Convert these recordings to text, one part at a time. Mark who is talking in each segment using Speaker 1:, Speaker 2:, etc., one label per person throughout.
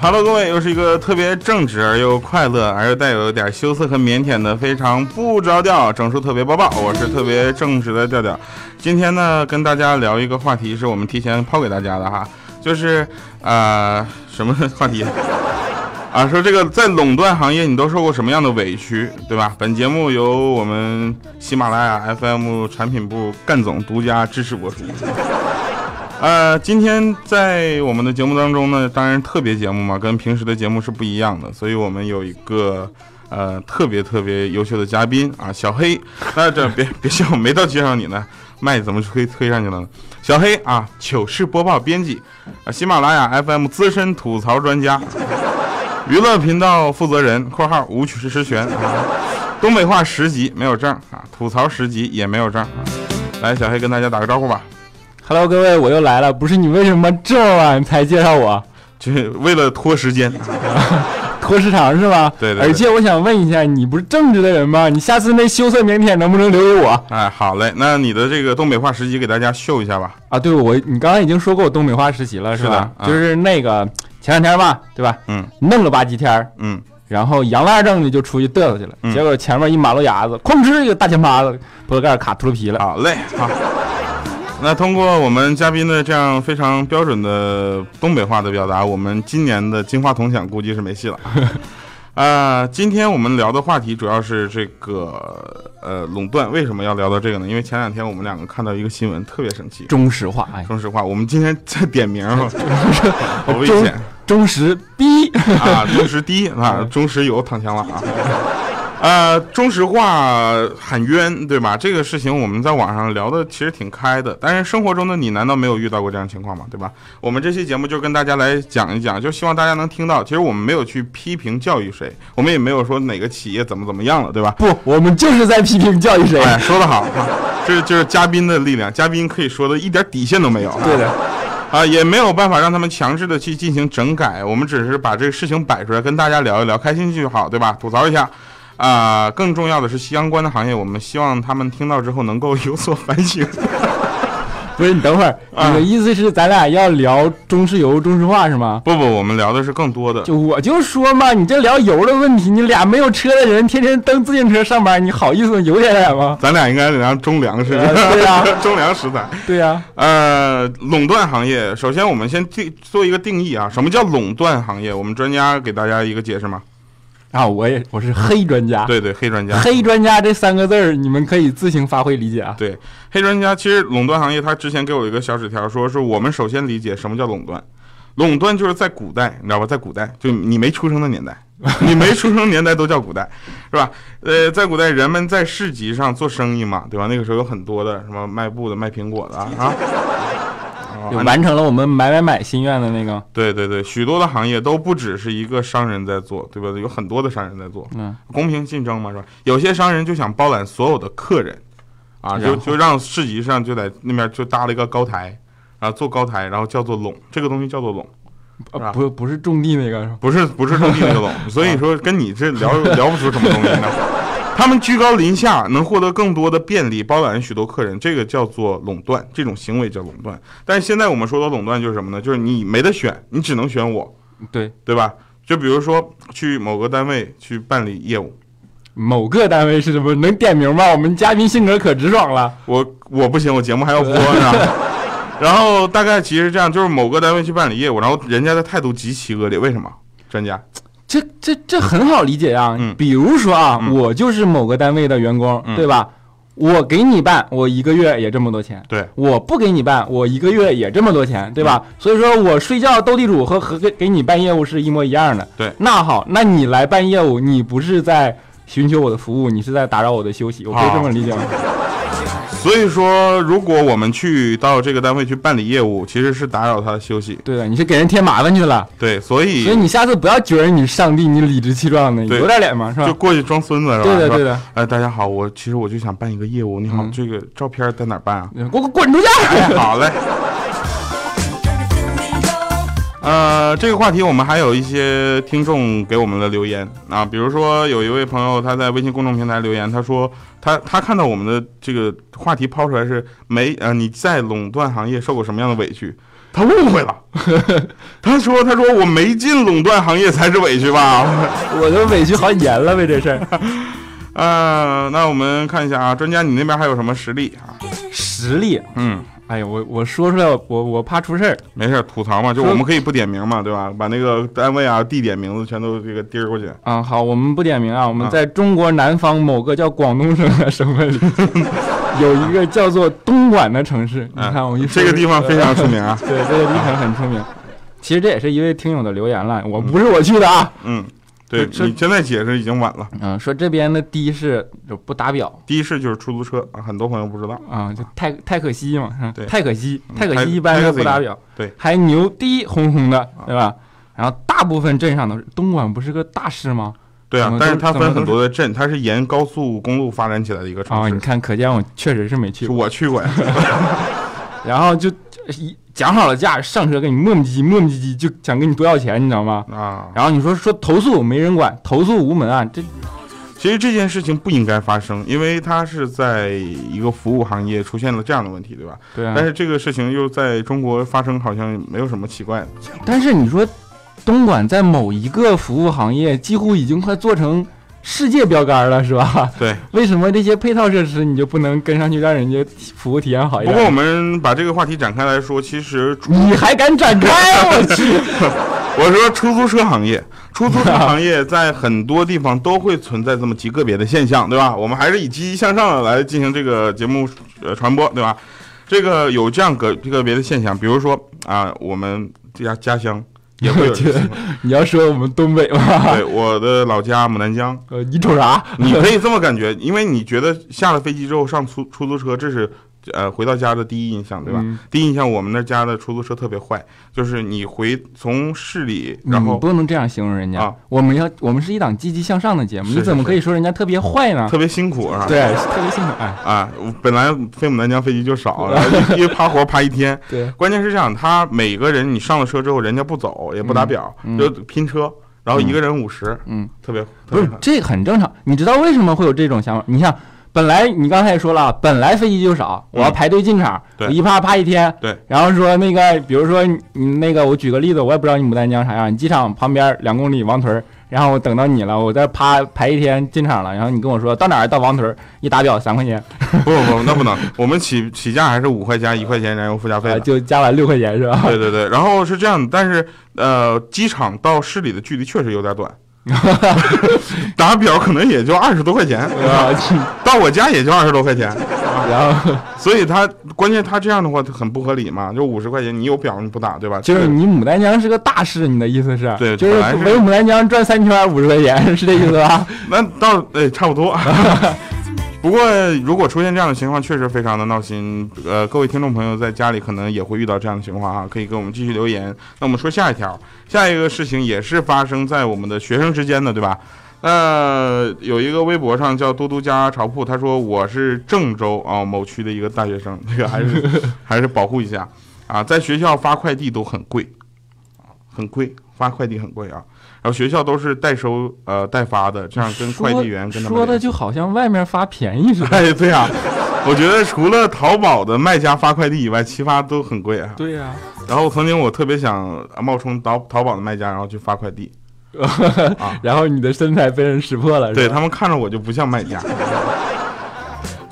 Speaker 1: Hello，各位，又是一个特别正直而又快乐而又带有点羞涩和腼腆的非常不着调整数特别播报，我是特别正直的调调。今天呢，跟大家聊一个话题，是我们提前抛给大家的哈，就是呃什么话题？ 啊，说这个在垄断行业你都受过什么样的委屈，对吧？本节目由我们喜马拉雅 FM 产品部干总独家支持播出。呃，今天在我们的节目当中呢，当然特别节目嘛，跟平时的节目是不一样的，所以我们有一个呃特别特别优秀的嘉宾啊，小黑。那这别别笑，我没到介绍你呢，麦怎么推推上去了呢？小黑啊，糗事播报编辑，啊，喜马拉雅 FM 资深吐槽专家，娱乐频道负责人（括号无曲实权）啊，东北话十级没有证啊，吐槽十级也没有证啊。来，小黑跟大家打个招呼吧。
Speaker 2: Hello，各位，我又来了。不是你为什么这么晚才介绍我？
Speaker 1: 就是为了拖时间，
Speaker 2: 拖时长是吧？
Speaker 1: 对对对
Speaker 2: 而且我想问一下，你不是正直的人吗？你下次那羞涩腼腆能不能留给我
Speaker 1: 哎，好嘞，那你的这个东北话十级给大家秀一下吧。
Speaker 2: 啊？对，我你刚才已经说过我东北话实习了
Speaker 1: 是的
Speaker 2: 吧？
Speaker 1: 啊
Speaker 2: 就是那个前两天吧，对吧？
Speaker 1: 嗯
Speaker 2: 弄了吧唧天儿，
Speaker 1: 嗯，
Speaker 2: 然后洋拉正的就出去嘚瑟去了，
Speaker 1: 嗯
Speaker 2: 结果前面一马路牙子，哐哧一个大前巴子，脖子盖儿卡秃噜皮了。
Speaker 1: 好嘞，好。那通过我们嘉宾的这样非常标准的东北话的表达，我们今年的金话筒奖估计是没戏了。 啊，今天我们聊的话题主要是这个呃垄断，为什么要聊到这个呢？因为前两天我们两个看到一个新闻，特别生气。
Speaker 2: 中石化，哎，
Speaker 1: 说实话，我们今天在点名儿， 好危
Speaker 2: 中
Speaker 1: 险。
Speaker 2: 中石逼，
Speaker 1: 啊，中石低啊，中石油躺枪了啊。 呃，中石化喊冤，对吧？这个事情我们在网上聊的其实挺开的，但是生活中的你难道没有遇到过这样的情况吗？对吧？我们这期节目就跟大家来讲一讲，就希望大家能听到。其实我们没有去批评教育谁，我们也没有说哪个企业怎么怎么样了，对吧？
Speaker 2: 不，我们就是在批评教育谁。
Speaker 1: 哎，说得好，啊这就是嘉宾的力量，嘉宾可以说的一点底线都没有。
Speaker 2: 对的。
Speaker 1: 啊，也没有办法让他们强制的去进行整改，我们只是把这个事情摆出来，跟大家聊一聊，开心就好，对吧？吐槽一下。啊、更重要的是相关的行业，我们希望他们听到之后能够有所反省。
Speaker 2: 不是你等会儿，
Speaker 1: 啊
Speaker 2: 你的意思是咱俩要聊中石油、中石化是吗？
Speaker 1: 不不，我们聊的是更多的。
Speaker 2: 就我就说嘛，你这聊油的问题，你俩没有车的人天天蹬自行车上班，你好意思油点脸吗？
Speaker 1: 咱俩应该聊中粮食，
Speaker 2: 呃对呀
Speaker 1: 中粮食材。
Speaker 2: 对呀、
Speaker 1: 呃，垄断行业，首先我们先定做一个定义啊，什么叫垄断行业？我们专家给大家一个解释嘛。
Speaker 2: 啊，我也我是黑专家，
Speaker 1: 对对，黑专家。
Speaker 2: 黑专家这三个字儿你们可以自行发挥理解啊。
Speaker 1: 对，黑专家其实垄断行业，他之前给我一个小纸条，说是我们首先理解什么叫垄断。垄断就是在古代，你知道吧？在古代，就你没出生的年代， 你没出生年代都叫古代，是吧？呃，在古代，人们在市集上做生意嘛，对吧？那个时候有很多的什么卖布的、卖苹果的啊啊。哦
Speaker 2: 就完成了我们买买买心愿的那个，
Speaker 1: 对对对，许多的行业都不只是一个商人在做，对吧？有很多的商人在做，
Speaker 2: 嗯，
Speaker 1: 公平竞争嘛，是吧？有些商人就想包揽所有的客人，啊，
Speaker 2: 然
Speaker 1: 就
Speaker 2: 后
Speaker 1: 就让市集上就在那边就搭了一个高台，然后做高台，然后叫做垄，这个东西叫做垄，
Speaker 2: 呃
Speaker 1: 是吧
Speaker 2: 不不是种地那个是吧？
Speaker 1: 不是不是种地那个垄，所以说跟你这聊聊不出什么东西呢。他们居高临下，能获得更多的便利，包揽许多客人，这个叫做垄断，这种行为叫垄断。但是现在我们说的垄断就是什么呢？就是你没得选，你只能选我，
Speaker 2: 对，
Speaker 1: 对吧？就比如说去某个单位去办理业务，
Speaker 2: 某个单位是什么？能点名吗？我们嘉宾性格可直爽了，
Speaker 1: 我我不行，我节目还要播呢。然后大概其实这样，就是某个单位去办理业务，然后人家的态度极其恶劣，为什么？专家，
Speaker 2: 这这这很好理解呀、
Speaker 1: 嗯
Speaker 2: 比如说啊，
Speaker 1: 嗯
Speaker 2: 我就是某个单位的员工，
Speaker 1: 嗯
Speaker 2: 对吧？我给你办，我一个月也这么多钱。
Speaker 1: 对，
Speaker 2: 我不给你办，我一个月也这么多钱，对吧？
Speaker 1: 嗯
Speaker 2: 所以说我睡觉斗地主和和给给你办业务是一模一样的。
Speaker 1: 对
Speaker 2: 那好，那你来办业务，你不是在寻求我的服务，你是在打扰我的休息，我
Speaker 1: 啊
Speaker 2: 可以这么理解吗？
Speaker 1: 所以说，如果我们去到这个单位去办理业务，其实是打扰他的休息。
Speaker 2: 对的，你是给人添麻烦去了。
Speaker 1: 对，所
Speaker 2: 所以
Speaker 1: 以
Speaker 2: 你下次不要觉得你上帝，你理直气壮的，
Speaker 1: 对
Speaker 2: 有点脸嘛，是吧
Speaker 1: 就？过去装孙子是吧？
Speaker 2: 对的，对
Speaker 1: 的。
Speaker 2: 的，
Speaker 1: 哎，大家好，我其实我就想办一个业务，你好，
Speaker 2: 嗯
Speaker 1: 这个照片在哪儿办啊？
Speaker 2: 给我滚出去！啊
Speaker 1: 哎， 好嘞。呃，这个话题我们还有一些听众给我们的留言啊，比如说有一位朋友他在微信公众平台留言，他说他他看到我们的这个话题抛出来是没呃你在垄断行业受过什么样的委屈？他误会了，他说他说我没进垄断行业才是委屈吧。
Speaker 2: 我都委屈好几年了呗，这事儿。
Speaker 1: 呃，那我们看一下啊，专家你那边还有什么实例啊？
Speaker 2: 实力，
Speaker 1: 嗯，
Speaker 2: 哎呀，我我说出来，我我怕出事儿。
Speaker 1: 没事儿，吐槽嘛，就
Speaker 2: 说
Speaker 1: 我们可以不点名嘛，对吧？把那个单位啊、地点名字全都这个滴儿过去。
Speaker 2: 啊、好，我们不点名啊，我们
Speaker 1: 啊
Speaker 2: 在中国南方某个叫广东省的省 份里，有一个叫做东莞的城市。你
Speaker 1: 嗯
Speaker 2: 看，我一说
Speaker 1: 这个地方非常出名啊。
Speaker 2: 对，这个地方很出名。其实这也是一位听友的留言了，我不是我去的啊。
Speaker 1: 嗯，对
Speaker 2: 这
Speaker 1: 你现在解释已经晚了。
Speaker 2: 嗯，说这边的的士就不打表
Speaker 1: 的士就是出租车啊，很多朋友不知道。
Speaker 2: 啊、就太太可惜嘛，嗯
Speaker 1: 对
Speaker 2: 太可惜，
Speaker 1: 嗯
Speaker 2: 太可
Speaker 1: 太
Speaker 2: 惜，一般是不打表，
Speaker 1: 对，啊
Speaker 2: 还牛逼哄哄的，对吧？然后大部分镇上都是东莞不是个大市吗？
Speaker 1: 对
Speaker 2: 怎
Speaker 1: 啊，
Speaker 2: 么
Speaker 1: 但
Speaker 2: 都
Speaker 1: 是它
Speaker 2: 怎么
Speaker 1: 分
Speaker 2: 都
Speaker 1: 很多的镇，它是沿高速公路发展起来的一个
Speaker 2: 啊、
Speaker 1: 城
Speaker 2: 你
Speaker 1: 市。
Speaker 2: 看，可见我确实是没去
Speaker 1: 是
Speaker 2: 过。
Speaker 1: 我去过呀，
Speaker 2: 然后就一讲好了价，上车给你磨磨唧唧磨磨唧唧，就想跟你多要钱，你知道吗？
Speaker 1: 啊，
Speaker 2: 然后你说说投诉没人管，投诉无门啊，这
Speaker 1: 其实这件事情不应该发生，因为它是在一个服务行业出现了这样的问题，对吧？
Speaker 2: 对啊。
Speaker 1: 但是这个事情又在中国发生，好像没有什么奇怪的。
Speaker 2: 但是你说，东莞在某一个服务行业几乎已经快做成世界标杆了，是吧？
Speaker 1: 对。
Speaker 2: 为什么这些配套设施你就不能跟上去，让人家服务体验好一
Speaker 1: 不过我
Speaker 2: 点？
Speaker 1: 们把这个话题展开来说，其实出
Speaker 2: 你还敢展开？我去！
Speaker 1: 我说出租车 行业，出租车行业在很多地方都会存在这么极个别的现象，对吧？我们还是以积极向上的来进行这个节目呃传播，对吧？这个有这样个个别的现象，比如说啊、我们家家乡 也 会有
Speaker 2: 我觉得你要说我们东北吧，
Speaker 1: 对我的老家牡丹江，
Speaker 2: 呃，你瞅啥？
Speaker 1: 你 可以这么感觉，因为你觉得下了飞机之后上出出租车，这是呃回到家的第一印象，对吧？
Speaker 2: 嗯
Speaker 1: 第一印象，我们那家的出租车特别坏，就是你回从市里，然
Speaker 2: 你
Speaker 1: 后
Speaker 2: 不能这样形容人家。
Speaker 1: 啊
Speaker 2: 我们要，我们是一档积极向上的节目，
Speaker 1: 是
Speaker 2: 你怎么
Speaker 1: 是
Speaker 2: 可以说人家特别坏呢？
Speaker 1: 特别辛苦啊。
Speaker 2: 对，特别幸福。哎，
Speaker 1: 啊，我本来飞牡丹江飞机就少， 然后一一趴活趴一天。
Speaker 2: 对，
Speaker 1: 关键是这样，他每个人你上了车之后，人家不走，也不打表，
Speaker 2: 嗯嗯
Speaker 1: 就拼车，然后一个人五十，
Speaker 2: 嗯，
Speaker 1: 特别特
Speaker 2: 不
Speaker 1: 别
Speaker 2: 是
Speaker 1: 狠，
Speaker 2: 这很正常。你知道为什么会有这种想法？你像，本来你刚才也说了，本来飞机就少，我要
Speaker 1: 嗯
Speaker 2: 排队进场，
Speaker 1: 对
Speaker 2: 我一趴趴一天。
Speaker 1: 对。
Speaker 2: 然后说那个，比如说你那个，我举个例子，我也不知道你牡丹江啥样，你机场旁边两公里王屯儿，然后我等到你了，我再趴排一天进场了，然后你跟我说到哪儿到王屯儿，一打表三块钱，
Speaker 1: 不不不，那不能，我们起起价还是五块加一块钱燃油附加费
Speaker 2: 啊，
Speaker 1: 的。
Speaker 2: 就加完六块钱 是吧？
Speaker 1: 对对对，然后是这样，但是呃，机场到市里的距离确实有点 短，打表可能也就二十多块钱，
Speaker 2: 啊，
Speaker 1: 到我家也就二十多块钱，
Speaker 2: 然后
Speaker 1: 所以他关键他这样的话很不合理嘛，就五十块钱你有表你不打对吧？
Speaker 2: 就是
Speaker 1: 这
Speaker 2: 你牡丹江是个大市，你的意思是？
Speaker 1: 对
Speaker 2: 就是
Speaker 1: 本来是
Speaker 2: 围牡丹江转三圈五十块钱，是这意思 吧？
Speaker 1: 那倒对，哎差不多。不过，如果出现这样的情况，确实非常的闹心。呃，各位听众朋友在家里可能也会遇到这样的情况啊，可以给我们继续留言。那我们说下一条，下一个事情也是发生在我们的学生之间的，对吧？呃，有一个微博上叫嘟嘟家潮铺，他说我是郑州啊、某区的一个大学生，这个还是 还是保护一下啊，在学校发快递都很贵，很贵，发快递很贵啊。然后学校都是代收呃代发的，这样跟快递员跟他们
Speaker 2: 说
Speaker 1: 联系
Speaker 2: 的就好像外面发便宜似 的。
Speaker 1: 哎，对啊，我觉得除了淘宝的卖家发快递以外，其他都很贵啊。
Speaker 2: 对呀、
Speaker 1: 然后曾经我特别想冒充淘淘宝的卖家，然后去发快递，啊
Speaker 2: 然后你的身材被人识破了，
Speaker 1: 对
Speaker 2: 是吧
Speaker 1: 他们看着我就不像卖家。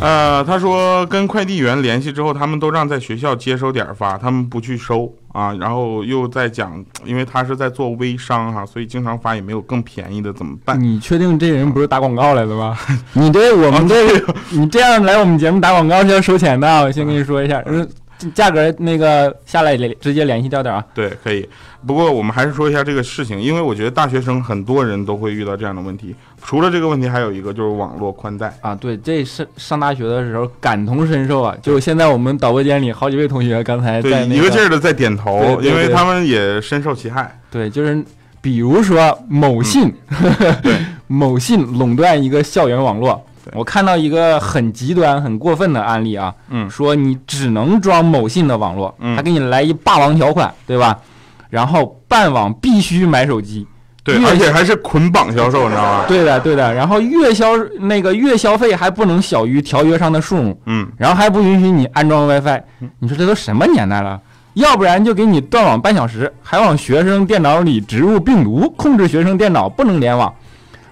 Speaker 1: 呃，他说跟快递员联系之后，他们都让在学校接收点儿发，他们不去收啊。然后又在讲，因为他是在做微商哈、所以经常发也没有更便宜的，怎么办？
Speaker 2: 你确定这人不是打广告来的 吗？你对我
Speaker 1: 啊
Speaker 2: 们这个，你这样来我们节目打广告是要收钱的啊，我先跟你说一下，嗯价格那个下来联直接联系调调啊。
Speaker 1: 对，可以。不过我们还是说一下这个事情，因为我觉得大学生很多人都会遇到这样的问题。除了这个问题，还有一个就是网络宽带。
Speaker 2: 啊，对，这是上大学的时候感同身受啊！就是现在我们导播间里好几位同学刚才在
Speaker 1: 对，
Speaker 2: 那
Speaker 1: 一个劲儿的在点头，
Speaker 2: 对对
Speaker 1: 因为
Speaker 2: 对
Speaker 1: 他们也深受其害。
Speaker 2: 对，就是比如说某信，
Speaker 1: 嗯对
Speaker 2: 某信垄断一个校园网络
Speaker 1: 对。
Speaker 2: 我看到一个很极端、很过分的案例啊，
Speaker 1: 嗯
Speaker 2: 说你只能装某信的网络，
Speaker 1: 嗯
Speaker 2: 他给你来一霸王条款，对吧？然后办网必须买手机，
Speaker 1: 对，
Speaker 2: 越
Speaker 1: 而且还是捆绑销售，你知道吗？
Speaker 2: 对的，对的。然后月消那个月消费还不能小于条约上的数目，
Speaker 1: 嗯，
Speaker 2: 然后还不允许你安装 WiFi，你说这都什么年代了？要不然就给你断网半小时，还往学生电脑里植入病毒，控制学生电脑不能联网。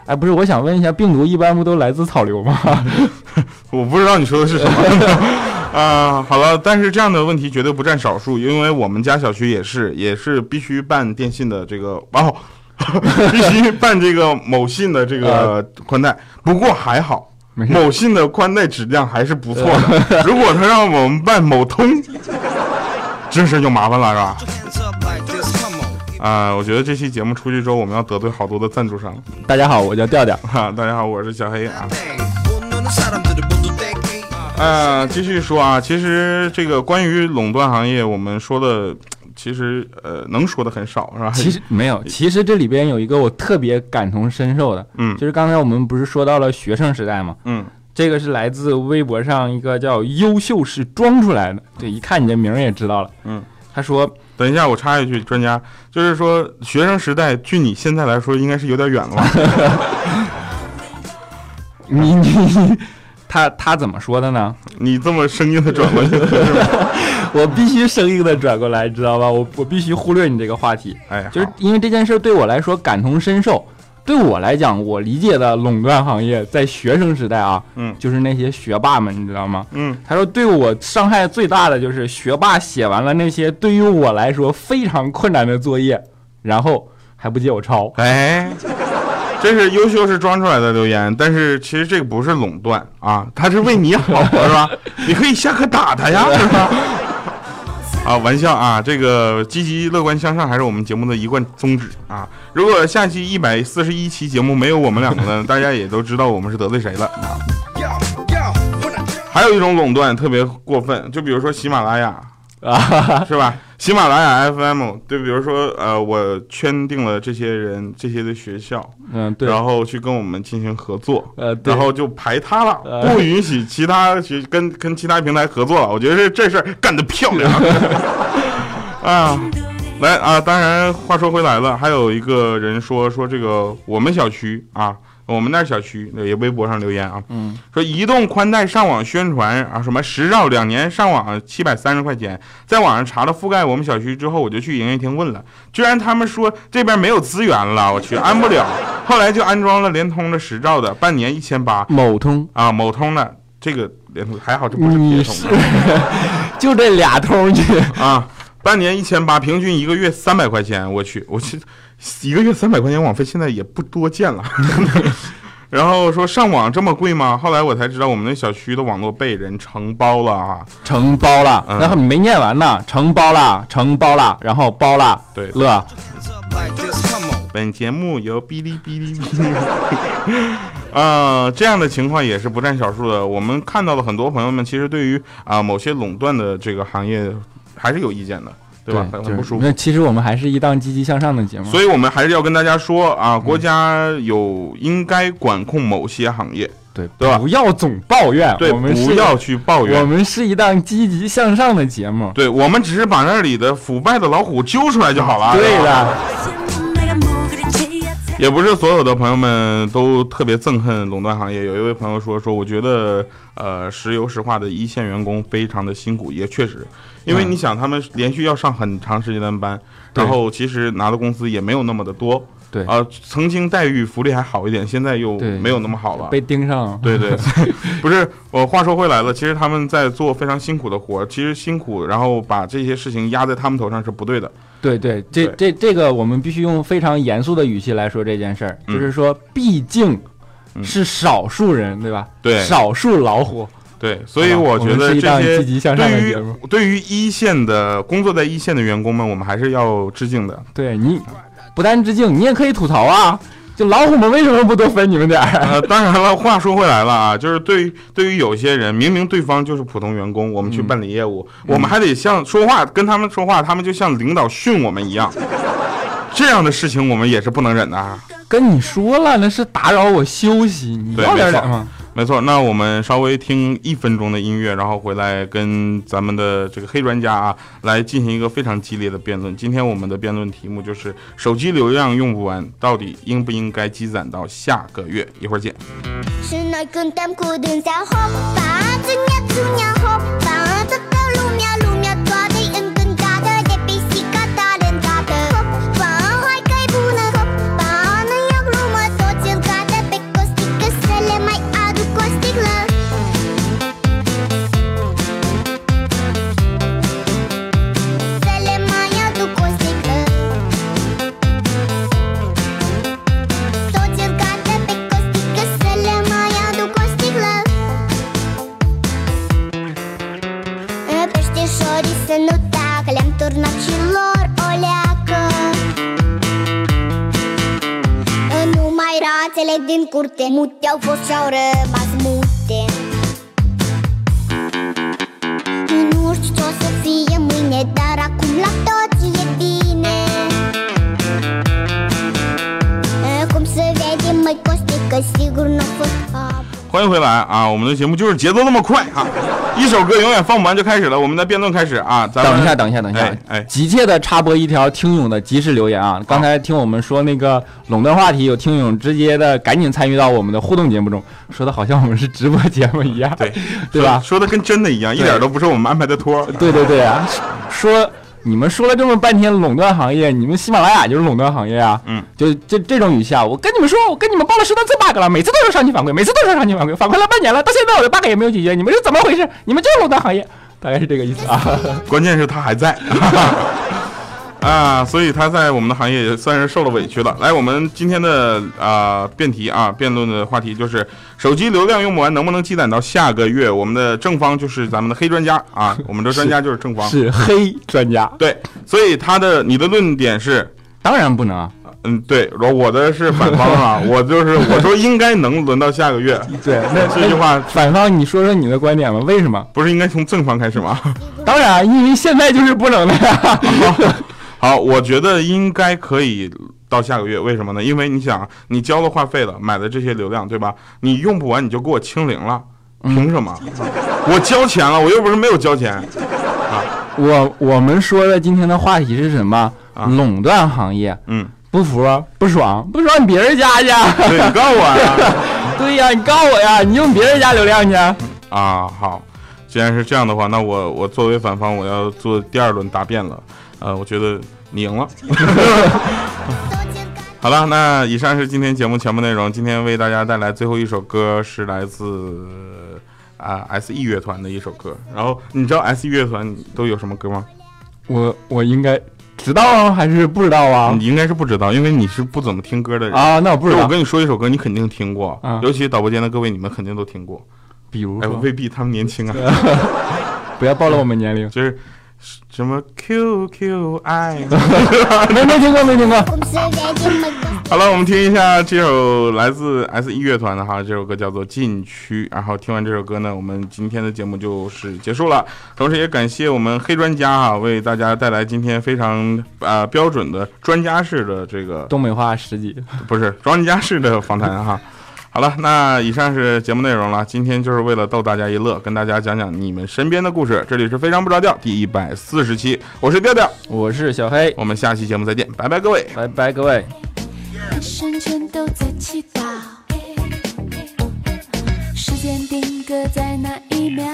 Speaker 2: 哎，不是，我想问一下，病毒一般不都来自 草榴吗？
Speaker 1: 我不知道你说的是什么。 啊，好了，但是这样的问题绝对不占少数，因为我们家小区也是，也是必须办电信的这个哦， 必须办这个某信的这个宽带。不过还好，
Speaker 2: 呃没事，
Speaker 1: 某信的宽带质量还是不错 的。如果他让我们办某通， 这事就麻烦了，是吧？
Speaker 3: Hands up like this, come on.
Speaker 1: 啊，我觉得这期节目出去之后，我们要得罪好多的赞助商。
Speaker 2: 大家好，我叫调调。
Speaker 1: 哈、大家好，我是小黑啊。
Speaker 3: Bang. Bunun sarımdır bunu deki.
Speaker 1: 呃，继续说啊，其实这个关于垄断行业，我们说的其实呃能说的很少，是吧？
Speaker 2: 其实没有，其实这里边有一个我特别感同身受的，
Speaker 1: 嗯
Speaker 2: 就是刚才我们不是说到了学生时代吗？
Speaker 1: 嗯，
Speaker 2: 这个是来自微博上一个叫“优秀是装出来的”，对，一看你这名儿也知道了。
Speaker 1: 嗯，
Speaker 2: 他说
Speaker 1: 等一下我插一句，专家就是说学生时代，距你现在来说应该是有点远了吧？
Speaker 2: 你你你，他他怎么说的呢？
Speaker 1: 你这么生硬的转过去， 是吧？
Speaker 2: 我必须生硬的转过来，知道吧？我我必须忽略你这个话题，
Speaker 1: 哎，
Speaker 2: 就是
Speaker 1: 好
Speaker 2: 因为这件事儿对我来说感同身受。对我来讲，我理解的垄断行业在学生时代啊，
Speaker 1: 嗯
Speaker 2: 就是那些学霸们，你知道吗？
Speaker 1: 嗯
Speaker 2: 他说对我伤害最大的就是学霸写完了那些对于我来说非常困难的作业，然后还不借我抄。
Speaker 1: 哎。这是优秀是装出来的留言，但是其实这个不是垄断啊，他是为你好，是吧？你可以下课打他呀，是吧？ 啊，玩笑啊，这个积极乐观向上还是我们节目的一贯宗旨啊。如果下期一百四十一期节目没有我们两个呢，大家也都知道我们是得罪谁了啊。
Speaker 3: Yo, yo, when I
Speaker 1: 还有一种垄断特别过分，就比如说喜马拉雅，
Speaker 2: 啊，
Speaker 1: 是吧？喜马拉雅 FM，对，比如说呃，我圈定了这些人、这些的学校，
Speaker 2: 嗯，对，
Speaker 1: 然后去跟我们进行合作，
Speaker 2: 呃，对
Speaker 1: 然，后就排他了，
Speaker 2: 呃
Speaker 1: 不允许其他去跟跟其他平台合作了。我觉得这这事儿干得漂亮 啊！来啊，当然话说回来了，还有一个人说说这个我们小区啊，我们那儿小区也微博上留言啊，
Speaker 2: 嗯，
Speaker 1: 说移动宽带上网宣传啊，什么十兆两年上网七百三十块钱，在网上查了覆盖我们小区之后，我就去营业厅问了，居然他们说这边没有资源了，我去安不了。后来就安装了联通的十兆的，半年一千八
Speaker 2: 某通，
Speaker 1: 啊，某通的这个联通还好这不是
Speaker 2: 你
Speaker 1: 铁
Speaker 2: 是
Speaker 1: 通
Speaker 2: 就这俩通去，
Speaker 1: 的啊，半年一千八，平均一个月三百块钱，我去，我去，一个月三百块钱网费现在也不多见了。 然后说上网这么贵吗？后来我才知道我们那小区的网络被人承包了啊。
Speaker 2: 承包了，
Speaker 1: 嗯
Speaker 2: 然后没念完呢，承包了，承包了，然后包了，
Speaker 1: 对
Speaker 2: 乐，
Speaker 3: hands up like this, come on.
Speaker 1: 本节目由哔哩哔哩哔哩， 呃，这样的情况也是不占少数的。我们看到了很多朋友们，其实对于啊、某些垄断的这个行业还是有意见的，对吧？很
Speaker 2: 就
Speaker 1: 很不
Speaker 2: 是
Speaker 1: 舒服。
Speaker 2: 那其实我们还是一档积极向上的节目，
Speaker 1: 所以我们还是要跟大家说啊，
Speaker 2: 嗯
Speaker 1: 国家有应该管控某些行业，
Speaker 2: 对，
Speaker 1: 对吧
Speaker 2: 不要总抱怨，
Speaker 1: 对，
Speaker 2: 啊我们是
Speaker 1: 不要去抱
Speaker 2: 我
Speaker 1: 怨。
Speaker 2: 们是一档积极向上的节目，
Speaker 1: 对我们只是把那里的腐败的老虎揪出来就好了。
Speaker 2: 对
Speaker 1: 是吧
Speaker 2: 的。
Speaker 4: 지금 내가 뭐 그랬지
Speaker 1: 也不是所有的朋友们都特别憎恨垄断行业。有一位朋友说说，我觉得呃，石油石化的一线员工非常的辛苦，也确实，因为
Speaker 2: 嗯
Speaker 1: 你想，他们连续要上很长时间的班，
Speaker 2: 对
Speaker 1: 然后其实拿的工资也没有那么的多。
Speaker 2: 对
Speaker 1: 啊、曾经待遇福利还好一点，现在又
Speaker 2: 对
Speaker 1: 没有那么好了。
Speaker 2: 被盯上 了。
Speaker 1: 对 对，不是我话说回来了，其实他们在做非常辛苦的活，其实辛苦，然后把这些事情压在他们头上是不对的。
Speaker 2: 对对，这这这个我们必须用非常严肃的语气来说这件事儿，
Speaker 1: 嗯
Speaker 2: 就是说，毕竟
Speaker 1: 嗯
Speaker 2: 是少数人，对吧？
Speaker 1: 对
Speaker 2: 少数老虎。
Speaker 1: 对，所以
Speaker 2: 好吧
Speaker 1: 我
Speaker 2: 我
Speaker 1: 觉
Speaker 2: 们
Speaker 1: 得
Speaker 2: 是一
Speaker 1: 这
Speaker 2: 档
Speaker 1: 些
Speaker 2: 积极向上的
Speaker 1: 对
Speaker 2: 节目
Speaker 1: 于对于一线的工作在一线的员工们，我们还是要致敬的。
Speaker 2: 对你不但致敬，你也可以吐槽啊。就老虎们为什么不多分你们点儿？
Speaker 1: 呃，当然了，话说回来了啊，就是对于对于有些人，明明对方就是普通员工，我们
Speaker 2: 嗯
Speaker 1: 去办理业务，我们还得像说话跟他们说话，他们就像领导训我们一样，这样的事情我们也是不能忍的啊。
Speaker 2: 跟你说了，那是打扰我休息，你
Speaker 1: 对
Speaker 2: 要点
Speaker 1: 没
Speaker 2: 脸
Speaker 1: 错
Speaker 2: 吗？
Speaker 1: 没错，那我们稍微听一分钟的音乐，然后回来跟咱们的这个黑专家啊，来进行一个非常激烈的辩论。今天我们的辩论题目就是手机流量用不完，到底应不应该积攒到下个月？一会儿见。
Speaker 5: 신어끈 땀 굳은 살 호빠 중냐 중냐 호빠 더 떠오르며 루며 더디 은근 가들 Калянтурна чилор оляcă Nu mai rațele din curte Mute au fost și-au rămas mute Nu știu ce o să fie mâine Dar acum la toți e bine Cum se vede, măi Costi, că sigur n-a fost apă
Speaker 1: 欢迎回来啊！我们的节目就是节奏那么快啊，一首歌永远放不完就开始了。我们的辩论开始啊，咱们
Speaker 2: 等一下，等一下，等一下
Speaker 1: 哎，哎
Speaker 2: 急切的插播一条听友的及时留言啊！刚才听我们说那个垄断话题，有听友直接的赶紧参与到我们的互动节目中，说的好像我们是直播节目一样，
Speaker 1: 对
Speaker 2: 对吧？
Speaker 1: 说的跟真的一样，一点都不是我们安排的托儿。
Speaker 2: 对对对啊，说你们说了这么半天垄断行业，你们喜马拉雅就是垄断行业啊，
Speaker 1: 嗯，
Speaker 2: 就这这种语气啊，我跟你们说，我跟你们报了十多次 bug 了，每次都是上级反馈，每次都是上级反馈，反馈了半年了，到现在我的 bug 也没有解决，你们是怎么回事？你们就是垄断行业，大概是这个意思啊。
Speaker 1: 关键是他还在。 啊，所以他在我们的行业也算是受了委屈了。来，我们今天的啊、辩题啊辩论的话题就是手机流量用不完能不能积攒到下个月？我们的正方就是咱们的黑专家啊，我们的专家就是正方。
Speaker 2: 是黑专家，
Speaker 1: 对，所以他的你的论点是，
Speaker 2: 当然不能啊。
Speaker 1: 嗯，对，我我的是反方啊，我就是我说应该能轮到下个月，
Speaker 2: 对，那
Speaker 1: 这句话
Speaker 2: 反方，你说说你的观点吧，为什么？
Speaker 1: 不是应该从正方开始吗？
Speaker 2: 当然，啊因为现在就是不能的呀。
Speaker 1: 好，我觉得应该可以到下个月，为什么呢？因为你想，你交了话费了，买了这些流量，对吧？你用不完你就给我清零了，凭什么？我交钱了，我又不是没有交钱。
Speaker 2: 我我们说的今天的话题是什么？垄断行业，
Speaker 1: 啊嗯，
Speaker 2: 不服不爽，不爽你别人家去。
Speaker 1: 对你告我啊呀、
Speaker 2: 对呀，你告我呀，你用别人家流量去。
Speaker 1: 啊！好，既然是这样的话，那我我作为反方，我要做第二轮答辩了。呃，我觉得你赢了。 好了，那以上是今天节目全部内容。今天为大家带来最后一首歌是来自啊、S.E 乐团的一首歌。然后你知道 S.E 乐团都有什么歌吗？
Speaker 2: 我我应该知道啊，还是不知道啊？
Speaker 1: 你应该是不知道，因为你是不怎么听歌的人。
Speaker 2: 啊，那我不
Speaker 1: 不
Speaker 2: 知
Speaker 1: 是，嗯哎我
Speaker 2: 道。
Speaker 1: 跟你说一首歌，你肯定听过，
Speaker 2: 啊
Speaker 1: 尤其导播间的各位，你们肯定都听过。
Speaker 2: 比如
Speaker 1: 哎，
Speaker 2: 说，
Speaker 1: 未必他们年轻 啊，
Speaker 2: 不要暴露我们年龄。
Speaker 1: 就是什么 QQI。
Speaker 2: 没没听过，没听过。
Speaker 5: Cum se vede, măi Costi
Speaker 1: 好了，我们听一下这首来自 S.E 乐团的哈，这首歌叫做《禁区》。然后听完这首歌呢，我们今天的节目就是结束了。同时也感谢我们黑专家哈，为大家带来今天非常啊、呃标准的专家式的这个
Speaker 2: 东北话十级，
Speaker 1: 不是专家式的访谈哈。好了，那以上是节目内容了。今天就是为了逗大家一乐，跟大家讲讲你们身边的故事。这里是非常不着调第一百四十期，我是调调，
Speaker 2: 我是小黑，
Speaker 1: 我们下期节目再见，拜拜各位。
Speaker 2: 拜拜各位。
Speaker 6: 一生全都在祈祷，时间定格在那一秒，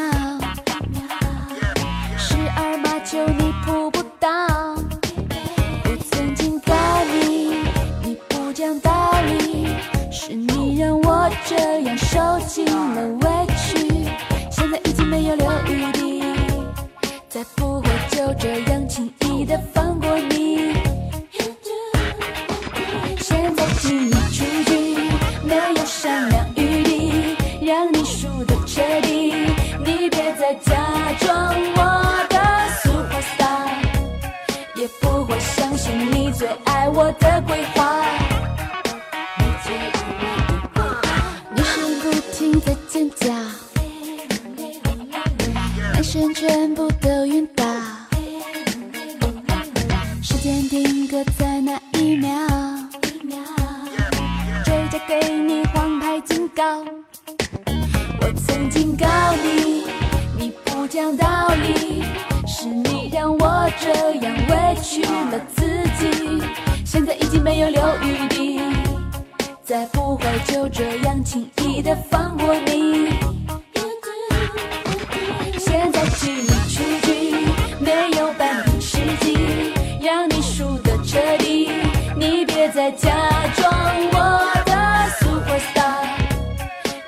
Speaker 6: 十二码球你扑不到，我曾经告你，你不讲道理，是你让我这样受尽了委屈，现在已经没有留余地，再不会就这样轻易的放过你。现在请你出局，没有商量余地，让你输得彻底。你别再假装我的 superstar，也不会相信你最爱我的鬼话。你最爱我的鬼话，女生不停在尖叫，男生全部都晕倒。时间定格在那一秒，追加给你黄牌警告。我曾经告你，你不讲道理，是你让我这样委屈了自己，现在已经没有留余地，再不会就这样轻易的放过你。现在请你出局，没有半点实际，让你输得彻底。你别再假装我的 superstar，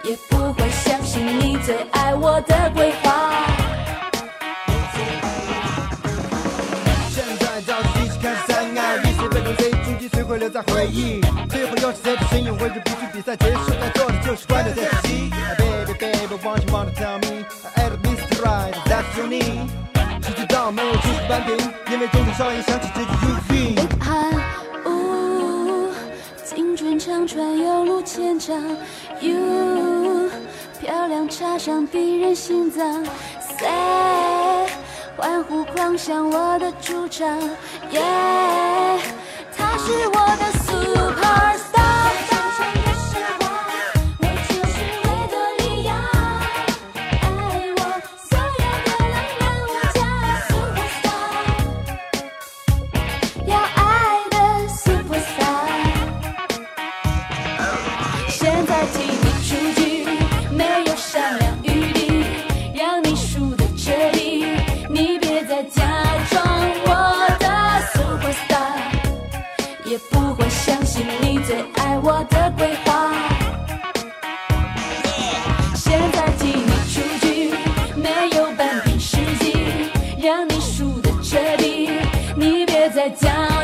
Speaker 6: 也不会相信你最爱我的鬼话。
Speaker 7: 现在到底是看三爱，历史被动谁终击，谁会留在回忆？最后又是谁的身影？回避不去比赛结束，在做的就是关掉电视机。Baby baby，want you wanna tell me I at least right that you need。时间到上没有出息扳平，因为种种效应想起这句 You Feel。
Speaker 6: 寒雾，青春常穿犹如千丈。You，漂亮插上敌人心脏。Say，欢呼狂想我的主张。Yeah，他是我的 super star。唱的是我，我就是维多利亚。爱我，所有的浪漫无价，super star。要爱的 superstar，现在替你出击，没有商量余地，让你输得彻底，你别再假装我的 superstar，也不会相信你最爱我的鬼话。现在替你出局，没有半点实际，让你输得彻底，你别再假